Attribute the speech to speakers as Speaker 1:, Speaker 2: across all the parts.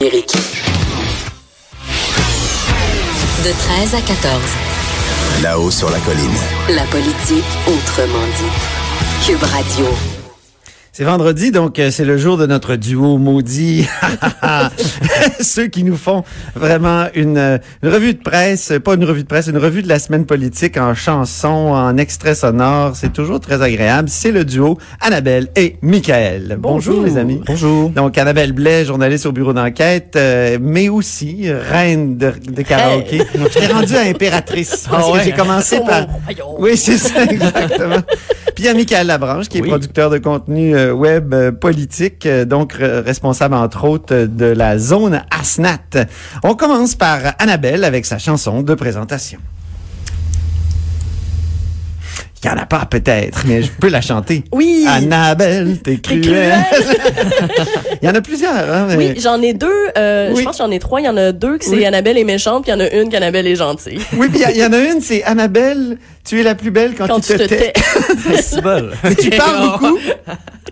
Speaker 1: numérique.
Speaker 2: De 13 à 14.
Speaker 3: Là-haut sur la colline.
Speaker 2: La politique autrement dite. Cube Radio.
Speaker 4: C'est vendredi, donc euh, c'est le jour de notre duo maudit. Ceux qui nous font vraiment une, euh, une revue de presse, pas une revue de presse, une revue de la semaine politique en chansons, en extraits sonores. C'est toujours très agréable. C'est le duo Annabelle et Michael. Bonjour, les amis.
Speaker 5: Bonjour.
Speaker 4: Donc Annabelle Blais, journaliste au bureau d'enquête, euh, mais aussi reine de, de karaoké. Je t'ai rendue à impératrice parce que j'ai commencé par... Oui, c'est ça, exactement. Puis il y a Michael Labranche, qui est producteur de contenu euh, web euh, politique, euh, donc re- responsable entre autres euh, de la zone ASNAT. On commence par Annabelle avec sa chanson de présentation. Il n'y en a pas peut-être, mais je peux la chanter.
Speaker 6: Oui.
Speaker 4: Annabelle, t'es
Speaker 6: T'es
Speaker 4: cruelle. Il y en a plusieurs. Hein, mais-
Speaker 6: Oui, j'en ai deux. euh,
Speaker 4: Oui.
Speaker 6: Je pense que j'en ai trois. Il y en a deux que c'est
Speaker 4: Oui.
Speaker 6: Annabelle est méchante, puis il y en a une qu'Annabelle est gentille.
Speaker 4: Oui, puis il y a- il y, en a une, c'est Annabelle, tu es la plus belle quand,
Speaker 6: Quand
Speaker 4: Ah, tu te tais.
Speaker 5: C'est bon.
Speaker 4: Mais tu parles beaucoup.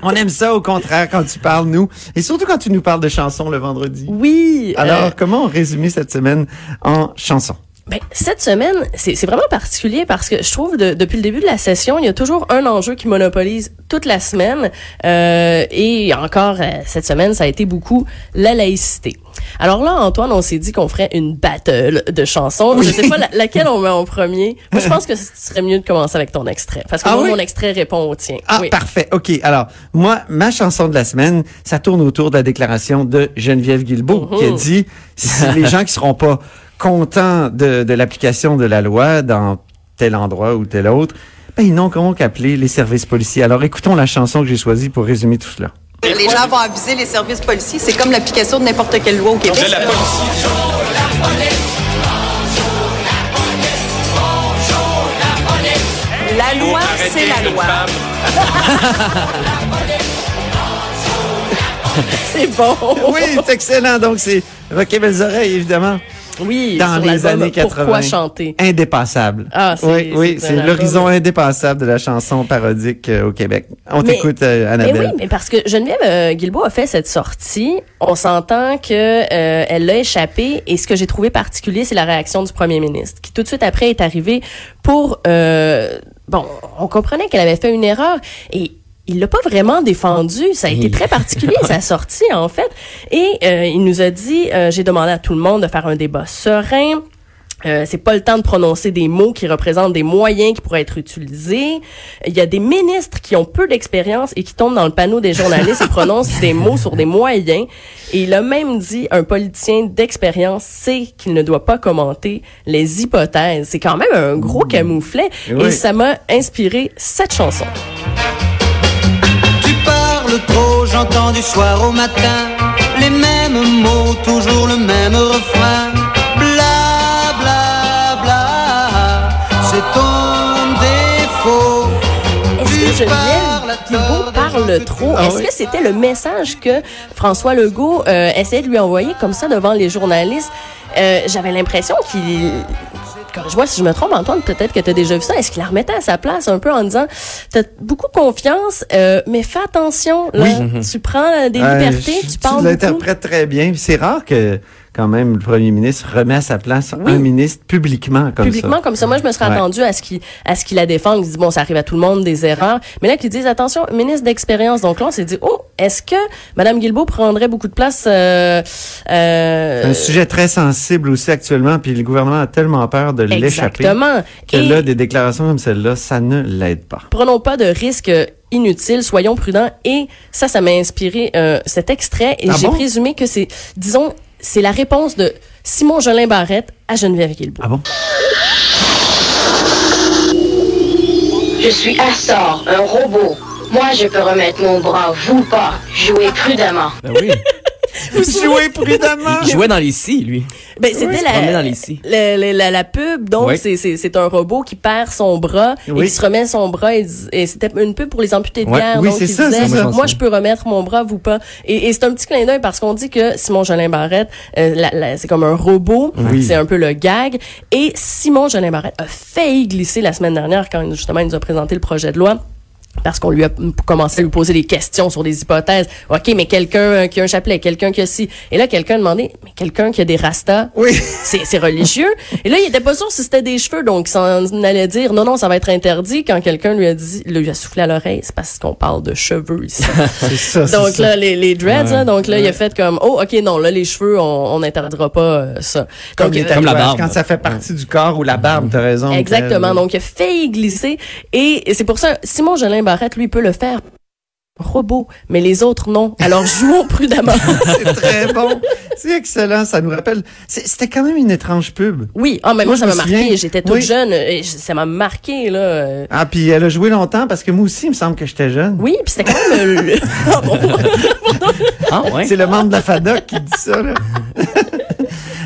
Speaker 4: On aime ça, au contraire, quand tu parles, nous. Et surtout quand tu nous parles de chansons le vendredi.
Speaker 6: Oui. euh,
Speaker 4: Alors, comment résumer cette semaine en chansons?
Speaker 6: ben, cette semaine, c'est c'est vraiment particulier parce que je trouve de- depuis le début de la session, il y a toujours un enjeu qui monopolise toute la semaine. euh, et encore euh, cette semaine, ça a été beaucoup la laïcité. Alors là, Antoine, on s'est dit qu'on ferait une battle de chansons. Je sais pas la- laquelle on met en premier. Moi, je pense que ce serait mieux de commencer avec ton extrait. Parce que
Speaker 4: Ah
Speaker 6: moi,
Speaker 4: oui?
Speaker 6: mon extrait répond au tien.
Speaker 4: Ah,
Speaker 6: Oui.
Speaker 4: parfait. OK. Alors, moi, ma chanson de la semaine, ça tourne autour de la déclaration de Geneviève Guilbeault,
Speaker 6: Oh.
Speaker 4: qui a dit, si les gens qui seront pas contents de, de l'application de la loi dans tel endroit ou tel autre, ben, ils n'ont qu'à appeler les services policiers. Alors, écoutons la chanson que j'ai choisie pour résumer tout cela.
Speaker 7: Les gens vont abuser les services policiers. C'est comme l'application de n'importe quelle loi au Québec.
Speaker 8: De la police.
Speaker 7: La loi, c'est la loi.
Speaker 6: C'est bon.
Speaker 4: Oui, c'est excellent. Donc, c'est Roquet Belles Oreilles, évidemment.
Speaker 6: Oui,
Speaker 4: dans
Speaker 6: sur
Speaker 4: les
Speaker 6: l'album
Speaker 4: années Eh, 80.
Speaker 6: Pourquoi chanter?
Speaker 4: Indépassable.
Speaker 6: Ah, c'est-
Speaker 4: oui, oui,
Speaker 6: c'est un
Speaker 4: c'est
Speaker 6: album.
Speaker 4: l'horizon indépassable de la chanson parodique euh, au Québec. On
Speaker 6: Mais-
Speaker 4: t'écoute, euh,
Speaker 6: Mais Eh oui,
Speaker 4: Annabelle.
Speaker 6: mais parce que Geneviève euh, Guilbeault a fait cette sortie, on s'entend que euh, elle l'a échappé et ce que j'ai trouvé particulier, c'est la réaction du premier ministre qui tout de suite après est arrivé pour euh, bon, on comprenait qu'elle avait fait une erreur et il l'a pas vraiment défendu, ça a été très particulier sa sortie en fait et euh, il nous a dit euh, j'ai demandé à tout le monde de faire un débat serein. Euh, c'est pas le temps de prononcer des mots qui représentent des moyens qui pourraient être utilisés. Il y a des ministres qui ont peu d'expérience et qui tombent dans le panneau des journalistes et prononcent des mots sur des moyens. Et il a même dit, un politicien d'expérience sait qu'il ne doit pas commenter les hypothèses. C'est quand même un gros camouflet.
Speaker 4: Et
Speaker 6: Et,
Speaker 4: oui.
Speaker 6: ça m'a inspiré cette chanson.
Speaker 9: Tu parles trop, j'entends du soir au matin les mêmes mots, toujours le même refrain. Bla bla bla, c'est ton défaut.
Speaker 6: Est-ce que
Speaker 9: Tu parles
Speaker 6: Geneviève
Speaker 9: à tort
Speaker 6: Guilbeault
Speaker 9: des gens
Speaker 6: parle
Speaker 9: que
Speaker 6: trop?
Speaker 4: Ah
Speaker 6: Est-ce
Speaker 4: oui.
Speaker 6: que c'était le message que François Legault euh, essayait de lui envoyer comme ça devant les journalistes? Euh, J'avais l'impression qu'il... Je vois si je me trompe, Antoine, peut-être que tu as déjà vu ça. Est-ce qu'il la remettait à sa place un peu en disant T'as beaucoup confiance, euh, mais fais attention, là, tu prends des
Speaker 4: Euh,
Speaker 6: libertés,
Speaker 4: je-
Speaker 6: tu parles beaucoup.
Speaker 4: l'interprètes très bien. Puis C'est rare que, quand même, le premier ministre remet à sa place un ministre publiquement comme
Speaker 6: publiquement
Speaker 4: ça.
Speaker 6: comme ça. Moi, je me serais
Speaker 4: Ouais.
Speaker 6: attendu à ce qu'il à ce qu'il la défende. Il dit bon, ça arrive à tout le monde des erreurs, mais là qu'ils disent attention, ministre d'expérience. Donc là, on s'est dit oh, est-ce que Madame Guilbeault prendrait beaucoup de place euh, euh,
Speaker 4: Un sujet très sensible aussi actuellement, puis le gouvernement a tellement peur de l'échapper
Speaker 6: Exactement.
Speaker 4: que
Speaker 6: Et-
Speaker 4: là, des déclarations comme celle-là, ça ne l'aide pas.
Speaker 6: prenons pas de risques euh, inutiles, soyons prudents. Et ça, ça m'a inspiré euh, cet extrait et
Speaker 4: Ah
Speaker 6: j'ai
Speaker 4: bon?
Speaker 6: présumé que c'est, disons, c'est la réponse de Simon Jolin Barrette à Geneviève Guilbeault.
Speaker 4: Ah bon?
Speaker 10: Je suis Astor, un robot. Moi, je peux remettre mon bras, vous pas. Jouez prudemment.
Speaker 5: Ben oui.
Speaker 4: Vous jouez prudemment!
Speaker 5: Il jouait dans les scies, lui.
Speaker 6: Ben, c'était
Speaker 5: se promenait dans les scies.
Speaker 6: la, la, la, la pub, donc
Speaker 5: Oui.
Speaker 6: c'est- c'est c'est un robot qui perd son bras
Speaker 4: Oui.
Speaker 6: et qui se remet son bras. et dis- Et c'était une pub pour les amputés de
Speaker 5: Ouais.
Speaker 6: guerre.
Speaker 4: Oui,
Speaker 6: donc,
Speaker 4: c'est
Speaker 6: il
Speaker 4: ça,
Speaker 6: disait,
Speaker 4: c'est ça.
Speaker 6: Moi, je peux remettre mon bras, vous pas. Et, et c'est un petit clin d'œil parce qu'on dit que Simon Jolin Barrette, euh, la- la- c'est comme un robot,
Speaker 4: Oui.
Speaker 6: c'est un peu le gag. Et Simon Jolin Barrette a failli glisser la semaine dernière quand justement il nous a présenté le projet de loi parce qu'on lui a m- commencé à lui poser des questions sur des hypothèses. OK, mais quelqu'un euh, qui a un chapelet, quelqu'un qui a ci. Et là, quelqu'un a demandé, mais quelqu'un qui a des rastas,
Speaker 4: Oui.
Speaker 6: c'est c'est religieux. Et là, il était pas sûr si c'était des cheveux, donc il s'en allait dire, non, non, ça va être interdit quand quelqu'un lui a dit, lui a soufflé à l'oreille, c'est parce qu'on parle de cheveux ici.
Speaker 4: C'est ça, c'est
Speaker 6: Donc
Speaker 4: ça.
Speaker 6: là, les, les dreads, hein, donc là, il a fait comme, oh, ok, non, là, les cheveux, on on n'interdira pas euh, ça.
Speaker 4: Comme
Speaker 6: Donc,
Speaker 4: les
Speaker 6: euh,
Speaker 5: Comme la
Speaker 4: tatouages,
Speaker 5: barbe. hein.
Speaker 4: Quand ça fait partie du corps ou la barbe, t'as raison.
Speaker 6: Exactement.
Speaker 4: Michael.
Speaker 6: Donc, il a failli glisser. Et c'est pour ça, Simon Jolin Barrette, lui, peut le faire robot, mais les autres, non. Alors, jouons prudemment.
Speaker 4: C'est très bon. C'est excellent. Ça nous rappelle. c'est- C'était quand même une étrange pub.
Speaker 6: Oui. Ah, mais
Speaker 4: Moi,
Speaker 6: moi,
Speaker 4: je
Speaker 6: ça
Speaker 4: me
Speaker 6: m'a marqué.
Speaker 4: souviens.
Speaker 6: J'étais toute
Speaker 4: Oui.
Speaker 6: jeune. Et je- ça m'a marqué, là. euh.
Speaker 4: Ah, puis elle a joué longtemps parce que moi aussi, il me semble que j'étais jeune.
Speaker 6: Oui, puis c'était quand même euh, le... Ah bon?
Speaker 5: Ah, ouais.
Speaker 4: C'est le membre de la FADOC qui dit ça, là.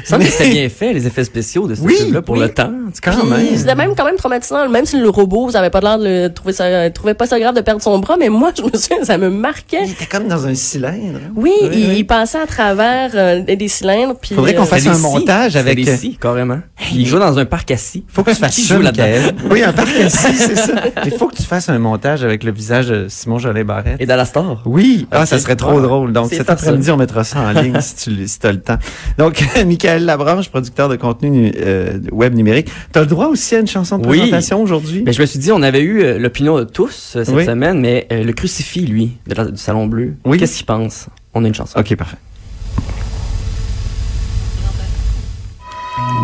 Speaker 5: Il semble que
Speaker 4: Mais-
Speaker 5: c'était bien fait, les effets spéciaux de ce
Speaker 4: Oui,
Speaker 5: film-là pour
Speaker 4: oui.
Speaker 5: le temps. Tu
Speaker 4: Quand
Speaker 6: Puis,
Speaker 4: même.
Speaker 6: C'était même quand même traumatisant, même si le robot, ça avait pas l'air de le trouver ça, euh, trouvait pas ça grave de perdre son bras, mais moi, je me souviens, ça me marquait.
Speaker 4: Il était comme dans un cylindre. hein.
Speaker 6: Oui,
Speaker 4: Oui,
Speaker 6: il,
Speaker 4: oui.
Speaker 6: il passait à travers euh, des des cylindres, puis.
Speaker 4: Faudrait qu'on
Speaker 6: euh,
Speaker 4: fasse
Speaker 5: C'était
Speaker 4: un
Speaker 5: des scies.
Speaker 4: montage
Speaker 5: C'était
Speaker 4: avec- euh,
Speaker 5: des scies, carrément. Il joue dans un parc à scie.
Speaker 4: Faut que tu fasses
Speaker 5: Qui
Speaker 4: ça,
Speaker 5: joue là-dedans?
Speaker 4: Michael. Oui, un parc assis, c'est ça. Il faut que tu fasses un montage avec le visage de Simon Jolin Barrette.
Speaker 5: Et d'Alastor.
Speaker 4: Oui, ah, ça serait trop
Speaker 5: Ouais.
Speaker 4: drôle. Donc
Speaker 5: C'est
Speaker 4: cet
Speaker 5: faire ça.
Speaker 4: après-midi, on mettra ça en ligne si tu le- si as le temps. Donc Michael Labranche, producteur de contenu nu- euh, web numérique, tu as le droit aussi à une chanson de
Speaker 5: Oui. Ben,
Speaker 4: présentation aujourd'hui
Speaker 5: Mais je me suis dit, on avait eu euh, l'opinion de tous euh, cette
Speaker 4: Oui.
Speaker 5: semaine, mais euh, le crucifix, lui, de la- du Salon Bleu,
Speaker 4: Oui.
Speaker 5: qu'est-ce qu'il pense? On a une chance.
Speaker 4: OK, parfait.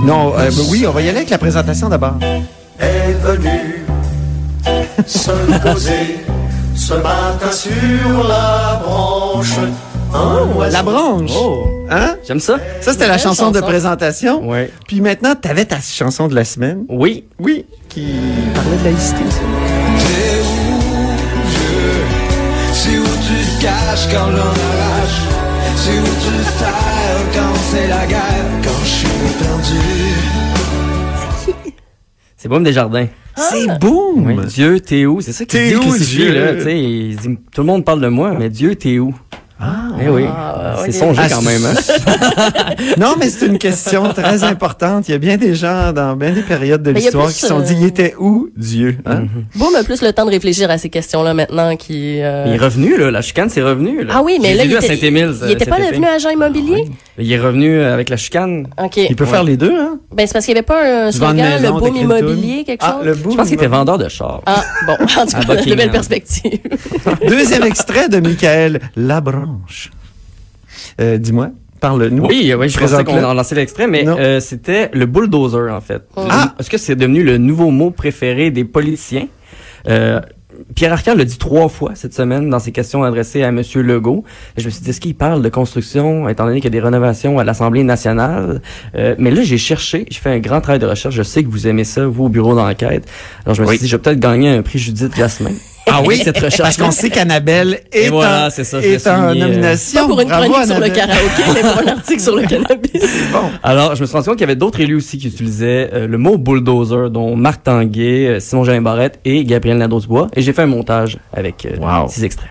Speaker 4: Non, euh, ben oui, on va y aller avec la présentation d'abord.
Speaker 5: Oh,
Speaker 1: est venu se poser ce matin sur la branche. Un oiseau
Speaker 4: La branche.
Speaker 5: Oh.
Speaker 4: Hein
Speaker 5: J'aime ça?
Speaker 4: Ça c'était la
Speaker 6: Belle
Speaker 4: chanson de
Speaker 6: chanson.
Speaker 4: présentation.
Speaker 5: Ouais.
Speaker 4: Puis maintenant, tu avais ta chanson de la semaine.
Speaker 5: Oui.
Speaker 4: Oui, qui parlait de laïcité. aussi.
Speaker 9: C'est où tu te caches quand l'on arrache. C'est où tu te terres quand c'est la guerre. Quand je suis perdu.
Speaker 5: C'est Baume Desjardins.
Speaker 4: C'est boum.
Speaker 5: Ah. Oui. Dieu, t'es où? C'est ça qu'il
Speaker 4: T'es
Speaker 5: dit le
Speaker 4: où,
Speaker 5: crucifix,
Speaker 4: Dieu?
Speaker 5: là. tu sais, il dit, tout le monde parle de moi, mais Dieu, t'es où? Ah, eh oui.
Speaker 6: Ah,
Speaker 5: C'est
Speaker 6: ok.
Speaker 5: songé
Speaker 4: Ah,
Speaker 5: quand même. Hein?
Speaker 4: Non, mais c'est une question très importante. Il y a bien des gens dans bien des périodes de
Speaker 6: Mais il y a
Speaker 4: l'histoire
Speaker 6: plus,
Speaker 4: qui se sont
Speaker 6: euh, Mm-hmm.
Speaker 4: dit, il était où Dieu hein?
Speaker 6: Bon, mais plus le temps de réfléchir à ces questions-là maintenant qui. euh,
Speaker 5: Il est revenu, là. La chicane, c'est revenu. Là.
Speaker 6: Ah oui, mais
Speaker 5: Je
Speaker 6: là,
Speaker 5: l'ai
Speaker 6: il
Speaker 5: vu à
Speaker 6: était,
Speaker 5: Saint-Émile,
Speaker 6: il
Speaker 5: euh,
Speaker 6: était pas
Speaker 5: cet été.
Speaker 6: devenu agent immobilier?
Speaker 5: Il est revenu euh, avec la chicane.
Speaker 6: OK.
Speaker 4: Il peut faire les deux, hein
Speaker 6: Ben, c'est parce qu'il y avait pas un
Speaker 4: Tu vends une
Speaker 6: slogan, le
Speaker 4: maison,
Speaker 6: boom
Speaker 4: t'écris une
Speaker 6: immobilier,
Speaker 4: toune.
Speaker 6: quelque
Speaker 4: Ah,
Speaker 6: chose?
Speaker 4: le boom
Speaker 5: Je pense qu'il était
Speaker 4: immobilier.
Speaker 5: vendeur de chars.
Speaker 6: Ah, bon, en tout
Speaker 5: À
Speaker 6: cas, de belles
Speaker 5: Buckingham.
Speaker 6: perspectives.
Speaker 4: Deuxième extrait de Michael Labranche. Euh, Dis-moi, parle-nous.
Speaker 5: Oui, oui, je pensais
Speaker 4: Présente-le.
Speaker 5: qu'on en lançait l'extrait, mais
Speaker 4: Non.
Speaker 5: euh, c'était le bulldozer, en fait.
Speaker 4: Ah!
Speaker 5: Est-ce que c'est devenu le nouveau mot préféré des politiciens? Euh, Pierre Arcan l'a dit trois fois cette semaine dans ses questions adressées à M. Legault. Je me suis dit, est-ce qu'il parle de construction, étant donné qu'il y a des rénovations à l'Assemblée nationale? Euh, mais là, j'ai cherché, j'ai fait un grand travail de recherche. Je sais que vous aimez ça, vous, au bureau d'enquête. Alors, je me suis dit, je vais peut-être gagner un prix Judith Jasmin.
Speaker 4: Ah oui,
Speaker 5: cette recherche.
Speaker 4: Parce qu'on sait qu'Annabelle est,
Speaker 5: Et voilà,
Speaker 4: en,
Speaker 5: c'est ça, je
Speaker 4: est
Speaker 5: l'ai
Speaker 4: en
Speaker 5: souligné, euh,
Speaker 4: nomination.
Speaker 6: Pas pour une
Speaker 4: Bravo,
Speaker 6: chronique sur le
Speaker 4: Annabelle.
Speaker 6: karaoké, mais pour un article sur le cannabis.
Speaker 4: Bon.
Speaker 5: Oh. Alors, je me suis rendu compte qu'il y avait d'autres élus aussi qui utilisaient euh, le mot bulldozer, dont Marc Tanguay, euh, Simon Jean Barrette et Gabriel Nadeau-Dubois. Et j'ai fait un montage avec euh,
Speaker 4: Wow.
Speaker 5: ces extraits.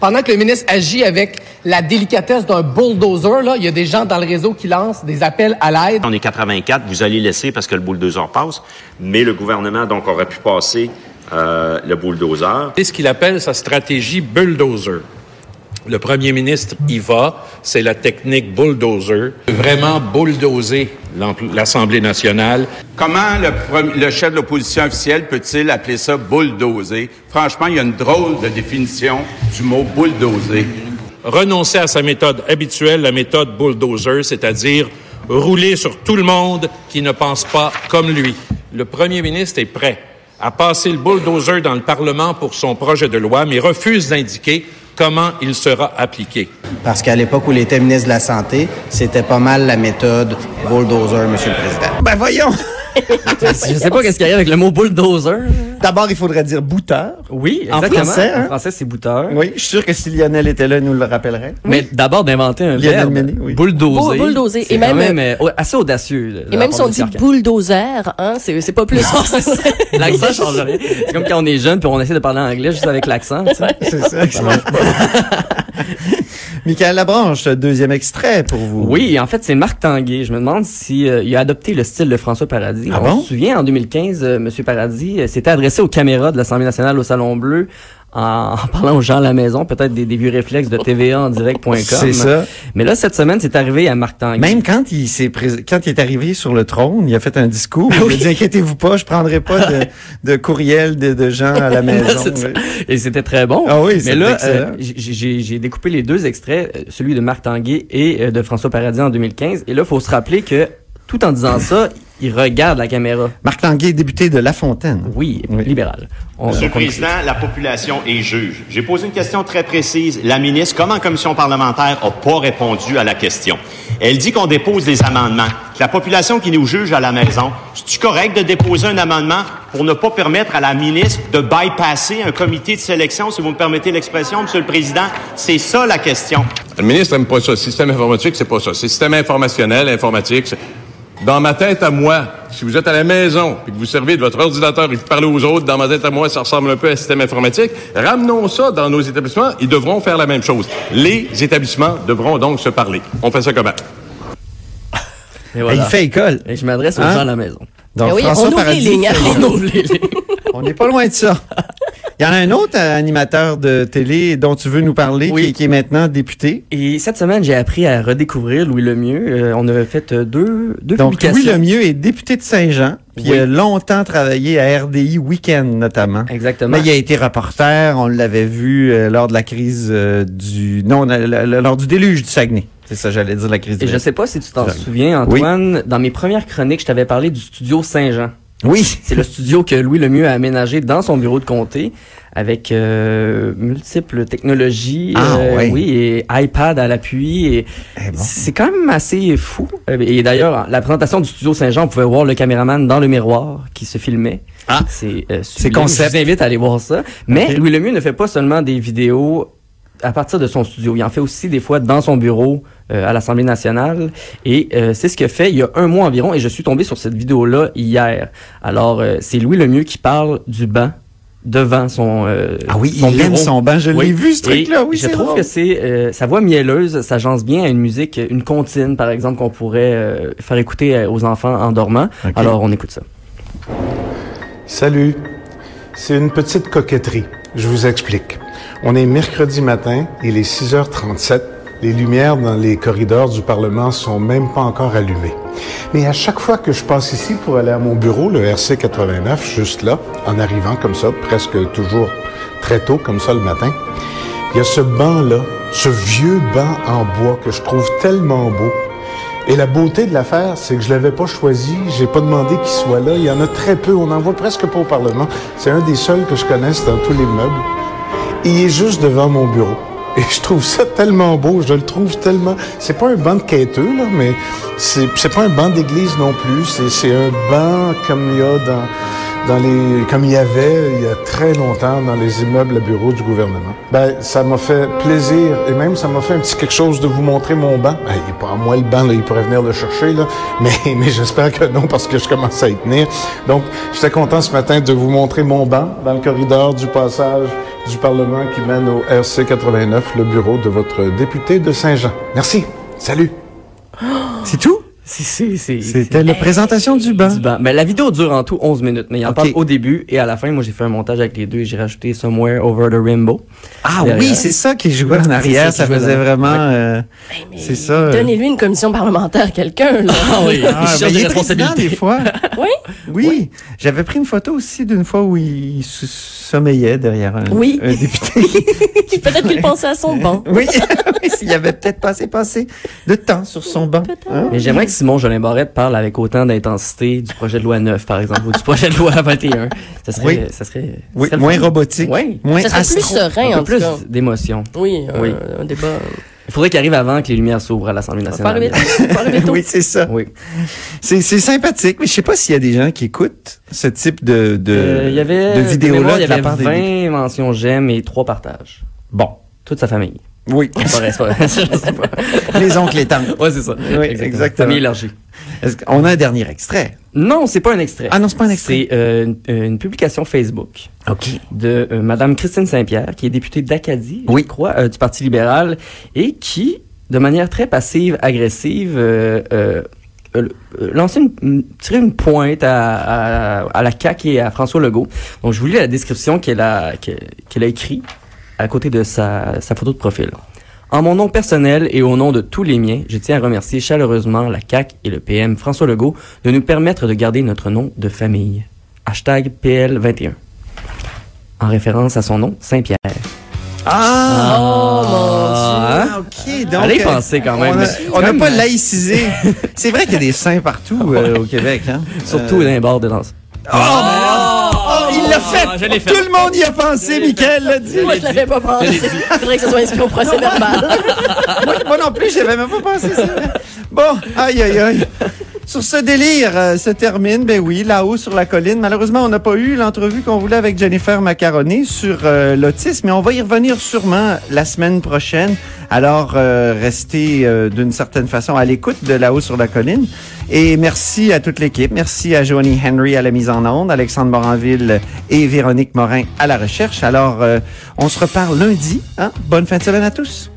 Speaker 8: Pendant que le ministre agit avec la délicatesse d'un bulldozer, là, il y a des gens dans le réseau qui lancent des appels à l'aide.
Speaker 11: On est 84, vous allez laisser parce que le bulldozer passe, mais le gouvernement donc aurait pu passer euh, le bulldozer.
Speaker 1: C'est ce qu'il appelle sa stratégie bulldozer. Le premier ministre y va, c'est la technique bulldozer, vraiment bulldozer l'empl- l'Assemblée nationale.
Speaker 11: Comment le, premi- le chef de l'opposition officielle peut-il appeler ça bulldozer? Franchement, il y a une drôle de définition du mot bulldozer.
Speaker 1: Renoncer à sa méthode habituelle, la méthode bulldozer, c'est-à-dire rouler sur tout le monde qui ne pense pas comme lui. Le premier ministre est prêt à passer le bulldozer dans le Parlement pour son projet de loi, mais refuse d'indiquer comment il sera appliqué.
Speaker 9: Parce qu'à l'époque où il était ministre de la Santé, c'était pas mal la méthode bulldozer, Monsieur le Président.
Speaker 4: Ben voyons.
Speaker 5: Je sais pas qu'est-ce qu'il y a avec le mot bulldozer.
Speaker 4: D'abord, il faudrait dire bouteur.
Speaker 5: Oui,
Speaker 4: En
Speaker 5: exactement.
Speaker 4: français, hein?
Speaker 5: En français, c'est bouteur.
Speaker 4: Oui, je suis sûr que si Lionel était là, il nous le rappellerait.
Speaker 5: Mais d'abord d'inventer un
Speaker 4: Lionel
Speaker 5: verbe,
Speaker 4: Mesny, oui.
Speaker 5: bulldozer.
Speaker 6: Bull- bulldozer.
Speaker 5: C'est
Speaker 6: Et
Speaker 5: quand
Speaker 6: même,
Speaker 5: même euh, ouais, assez audacieux. de- de
Speaker 6: Et
Speaker 5: la
Speaker 6: même
Speaker 5: part
Speaker 6: si on
Speaker 5: de
Speaker 6: dit
Speaker 5: Pierre Carl.
Speaker 6: bulldozer, hein, c'est c'est pas plus français.
Speaker 5: L'accent change rien. C'est comme quand on est jeune puis on essaie de parler en anglais juste avec l'accent. tu sais.
Speaker 4: C'est ça, que ça marche pas. Michael Labranche, deuxième extrait pour vous.
Speaker 5: Oui, en fait, c'est Marc Tanguay. Je me demande si euh, il a adopté le style de François Paradis.
Speaker 4: Ah
Speaker 5: on
Speaker 4: bon?
Speaker 5: se souvient, en 2015, euh, Monsieur Paradis euh, s'était adressé aux caméras de l'Assemblée nationale au Salon Bleu en, en parlant aux gens à la maison, peut-être des, des vieux réflexes de TVA en direct.com.
Speaker 4: C'est ça.
Speaker 5: Mais là, cette semaine, c'est arrivé à Marc Tanguay.
Speaker 4: Même quand il s'est prés- quand il est arrivé sur le trône, il a fait un
Speaker 5: Ah
Speaker 4: discours. Il a dit inquiétez-vous pas, je prendrai pas de, de courriel de, de gens à la maison.
Speaker 5: C'est ça.
Speaker 4: Oui.
Speaker 5: Et c'était très bon.
Speaker 4: Ah oui,
Speaker 5: Mais
Speaker 4: c'était
Speaker 5: là,
Speaker 4: excellent.
Speaker 5: euh, j- j'ai j'ai découpé les deux extraits, euh, celui de Marc Tanguay et euh, de François Paradis en 2015. Et là, faut se rappeler que tout en disant ça, il regarde la caméra.
Speaker 4: Marc Tanguay, député de La Fontaine.
Speaker 5: Oui, libéral. On-
Speaker 12: Monsieur le
Speaker 5: on-
Speaker 12: Président, la population est juge. J'ai posé une question très précise. La ministre, comme en commission parlementaire, n'a pas répondu à la question. Elle dit qu'on dépose des amendements. La population qui nous juge à la maison, c'est-tu correct de déposer un amendement pour ne pas permettre à la ministre de bypasser un comité de sélection, si vous me permettez l'expression, Monsieur le Président? C'est ça la question.
Speaker 13: Le ministre aime pas ça. Système informatique, c'est pas ça. C'est Système informationnel, informatique. c'est- Dans ma tête à moi, si vous êtes à la maison et que vous servez de votre ordinateur et que vous parlez aux autres, dans ma tête à moi, ça ressemble un peu à système informatique. Ramenons ça dans nos établissements. Ils devront faire la même chose. Les établissements devront donc se parler. On fait ça comment?
Speaker 5: Et voilà.
Speaker 4: Ben, Il fait école.
Speaker 5: Et je m'adresse aux
Speaker 4: Hein?
Speaker 5: gens à la maison.
Speaker 4: Donc,
Speaker 6: Eh oui,
Speaker 4: François
Speaker 6: on ouvre les
Speaker 4: Paradis,
Speaker 6: lignes, hein?
Speaker 4: on n'est pas loin de ça. Il y en a un autre euh, animateur de télé dont tu veux nous parler, qui, qui est maintenant député.
Speaker 5: Et cette semaine, j'ai appris à redécouvrir Louis Lemieux. Euh, on avait fait euh, deux, deux
Speaker 4: Donc,
Speaker 5: publications.
Speaker 4: Louis Lemieux est député de Saint-Jean, puis il
Speaker 5: Oui.
Speaker 4: a longtemps travaillé à RDI Weekend, notamment.
Speaker 5: Exactement.
Speaker 4: Mais il a été reporter, on l'avait vu euh, lors de la crise euh, du... Non, la- la- la- lors du déluge du Saguenay. C'est ça, j'allais dire la crise du
Speaker 5: Et je sais pas si tu t'en souviens, Antoine, dans mes premières chroniques, je t'avais parlé du studio Saint-Jean.
Speaker 4: Oui.
Speaker 5: C'est le studio que Louis Lemieux a aménagé dans son bureau de comté avec euh, multiples technologies.
Speaker 4: Ah,
Speaker 5: euh,
Speaker 4: ouais.
Speaker 5: Oui, et iPad à l'appui. Et C'est quand même assez fou. Euh, Et d'ailleurs, la présentation du studio Saint-Jean, on pouvait voir le caméraman dans le miroir qui se filmait. Ah, c'est euh, sublime.
Speaker 4: concept.
Speaker 5: Je vous invite à aller voir ça. Mais Louis Lemieux ne fait pas seulement des vidéos à partir de son studio. Il en fait aussi des fois dans son bureau euh, à l'Assemblée nationale. Et euh, c'est ce qu'il a fait il y a un mois environ. Et je suis tombé sur cette vidéo-là hier. Alors, euh, c'est Louis Lemieux qui parle du banc devant son euh,
Speaker 4: Ah oui,
Speaker 5: son
Speaker 4: il aime
Speaker 5: bureau.
Speaker 4: son banc. Je l'ai
Speaker 5: Oui.
Speaker 4: vu, ce
Speaker 5: Et
Speaker 4: truc-là. Oui,
Speaker 5: je
Speaker 4: c'est
Speaker 5: trouve
Speaker 4: drôle.
Speaker 5: que c'est euh, sa voix mielleuse s'agence bien à une musique, une comptine par exemple qu'on pourrait euh, faire écouter euh, aux enfants en dormant. Alors, on écoute ça.
Speaker 14: Salut. C'est une petite coquetterie. Je vous explique. On est mercredi matin, il est 6h37. Les lumières dans les corridors du Parlement sont même pas encore allumées. Mais à chaque fois que je passe ici pour aller à mon bureau, le RC 89, juste là, en arrivant comme ça, presque toujours très tôt comme ça le matin, il y a ce banc-là, ce vieux banc en bois que je trouve tellement beau. Et la beauté de l'affaire, c'est que je l'avais pas choisi, j'ai pas demandé qu'il soit là. Il y en a très peu, on en voit presque pas au Parlement. C'est un des seuls que je connaisse dans tous les meubles. Il est juste devant mon bureau. Et je trouve ça tellement beau, je le trouve tellement. C'est pas un banc de quêteux, là, mais c'est c'est pas un banc d'église non plus. C'est- C'est un banc comme il y a dans, dans les. comme il y avait il y a très longtemps dans les immeubles à bureaux du gouvernement. Ben, ça m'a fait plaisir et même ça m'a fait un petit quelque chose de vous montrer mon banc. Ben, il est pas à moi le banc, là, il pourrait venir le chercher, là. Mais, mais j'espère que non, parce que je commence à y tenir. Donc, j'étais content ce matin de vous montrer mon banc dans le corridor du passage du Parlement qui mène au RC 89, le bureau de votre député de Saint-Jean. Merci. Salut.
Speaker 4: C'est tout?
Speaker 5: C'était
Speaker 4: la présentation du banc.
Speaker 5: Mais la vidéo dure en tout 11 minutes, mais il
Speaker 4: Hein?
Speaker 5: en
Speaker 4: Ok.
Speaker 5: parle au début et à la fin. Moi, j'ai fait un montage avec les deux et j'ai rajouté Somewhere Over the Rainbow.
Speaker 4: Ah oui, c'est ça qui jouait en arrière. Ça faisait vraiment... euh, c'est ça. euh,
Speaker 6: Donnez-lui une commission parlementaire à quelqu'un, là.
Speaker 5: Ah oui,
Speaker 4: Ah, ben, il est président des fois.
Speaker 6: Oui?
Speaker 4: Oui. J'avais pris une photo aussi d'une fois où il se- sommeillait derrière un,
Speaker 6: Oui.
Speaker 4: un député.
Speaker 6: Peut-être qu'il pensait à son banc.
Speaker 4: oui. Oui, S'il avait peut-être passé, passé de temps sur son banc. hein.
Speaker 5: Mais j'aimerais que Simon Jolin Barrette parle avec autant d'intensité du projet de loi 9, par exemple, ou du projet de loi 21. Ça serait,
Speaker 4: Oui.
Speaker 5: ça serait, ça
Speaker 4: Oui,
Speaker 5: serait le
Speaker 4: moins
Speaker 5: fun.
Speaker 4: robotique,
Speaker 5: Oui.
Speaker 4: moins
Speaker 6: Ça serait plus astro. serein,
Speaker 5: Un peu
Speaker 6: en tout
Speaker 5: plus
Speaker 6: cas.
Speaker 5: d'émotion.
Speaker 6: Oui, euh,
Speaker 5: Oui.
Speaker 6: un débat. euh,
Speaker 5: Il faudrait qu'il arrive avant que les lumières s'ouvrent à l'Assemblée
Speaker 6: Par le
Speaker 5: nationale.
Speaker 6: béton, par le béton.
Speaker 4: Oui, c'est ça.
Speaker 5: Oui.
Speaker 4: C'est c'est sympathique, mais je sais pas s'il y a des gens qui écoutent ce type de, de,
Speaker 5: Euh, Il y
Speaker 4: de
Speaker 5: avait, de mémoire,
Speaker 4: vidéo-là
Speaker 5: il
Speaker 4: de
Speaker 5: y
Speaker 4: la
Speaker 5: avait
Speaker 4: part des
Speaker 5: 20 mentions j'aime et 3 partages.
Speaker 4: Bon.
Speaker 5: Toute sa famille.
Speaker 4: Oui,
Speaker 5: C'est pas vrai, c'est pas vrai. Je sais pas.
Speaker 4: les oncles et tantes.
Speaker 5: Ouais, c'est ça.
Speaker 4: Oui, exactement.
Speaker 5: Famille élargie.
Speaker 4: Est-ce qu'on a un dernier extrait?
Speaker 5: Non, c'est pas un extrait.
Speaker 4: Ah non, c'est pas un extrait.
Speaker 5: C'est euh, une, euh, une publication Facebook
Speaker 4: OK.
Speaker 5: de euh, Madame Christine Saint-Pierre, qui est députée d'Acadie,
Speaker 4: Oui.
Speaker 5: je crois, euh, du Parti libéral, et qui, de manière très passive, agressive, euh, euh, euh, lancer une- une, tirer une pointe à, à, à la CAQ et à François Legault. Donc, je vous lis la description qu'elle a, qu'elle qu'elle a écrite à côté de sa, sa photo de profil. En mon nom personnel et au nom de tous les miens, je tiens à remercier chaleureusement la CAQ et le PM François Legault de nous permettre de garder notre nom de famille. Hashtag PL21. En référence à son nom, Saint-Pierre.
Speaker 4: Ah!
Speaker 6: Oh,
Speaker 5: Ah,
Speaker 4: mon Dieu! OK, donc.
Speaker 5: Allez
Speaker 4: euh,
Speaker 5: penser quand même.
Speaker 4: on a-
Speaker 5: mais
Speaker 4: On n'a
Speaker 5: comme-
Speaker 4: pas laïcisé. C'est vrai qu'il y a des saints partout euh, au Québec, hein?
Speaker 5: Surtout dans les bars de danse.
Speaker 4: Oh, il l'a fait!
Speaker 5: Oh, je l'ai fait.
Speaker 4: Tout le monde y a pensé, Michael l'a dit.
Speaker 6: Moi, je l'avais pas pensé. Faudrait que ce soit inscrit au procès verbal.
Speaker 4: moi, moi non plus, j'avais même pas pensé ça. Bon, aïe, aïe, aïe. Sur ce délire euh, se termine, ben oui, là-haut sur la colline. Malheureusement, on n'a pas eu l'entrevue qu'on voulait avec Jennifer Macaroni sur euh, l'autisme, mais on va y revenir sûrement la semaine prochaine. Alors, euh, restez euh, d'une certaine façon à l'écoute de là-haut sur la colline. Et merci à toute l'équipe. Merci à Joanie Henry à la mise en onde, Alexandre Moranville et Véronique Morin à la recherche. Alors, euh, on se reparle lundi. hein. Bonne fin de semaine à tous.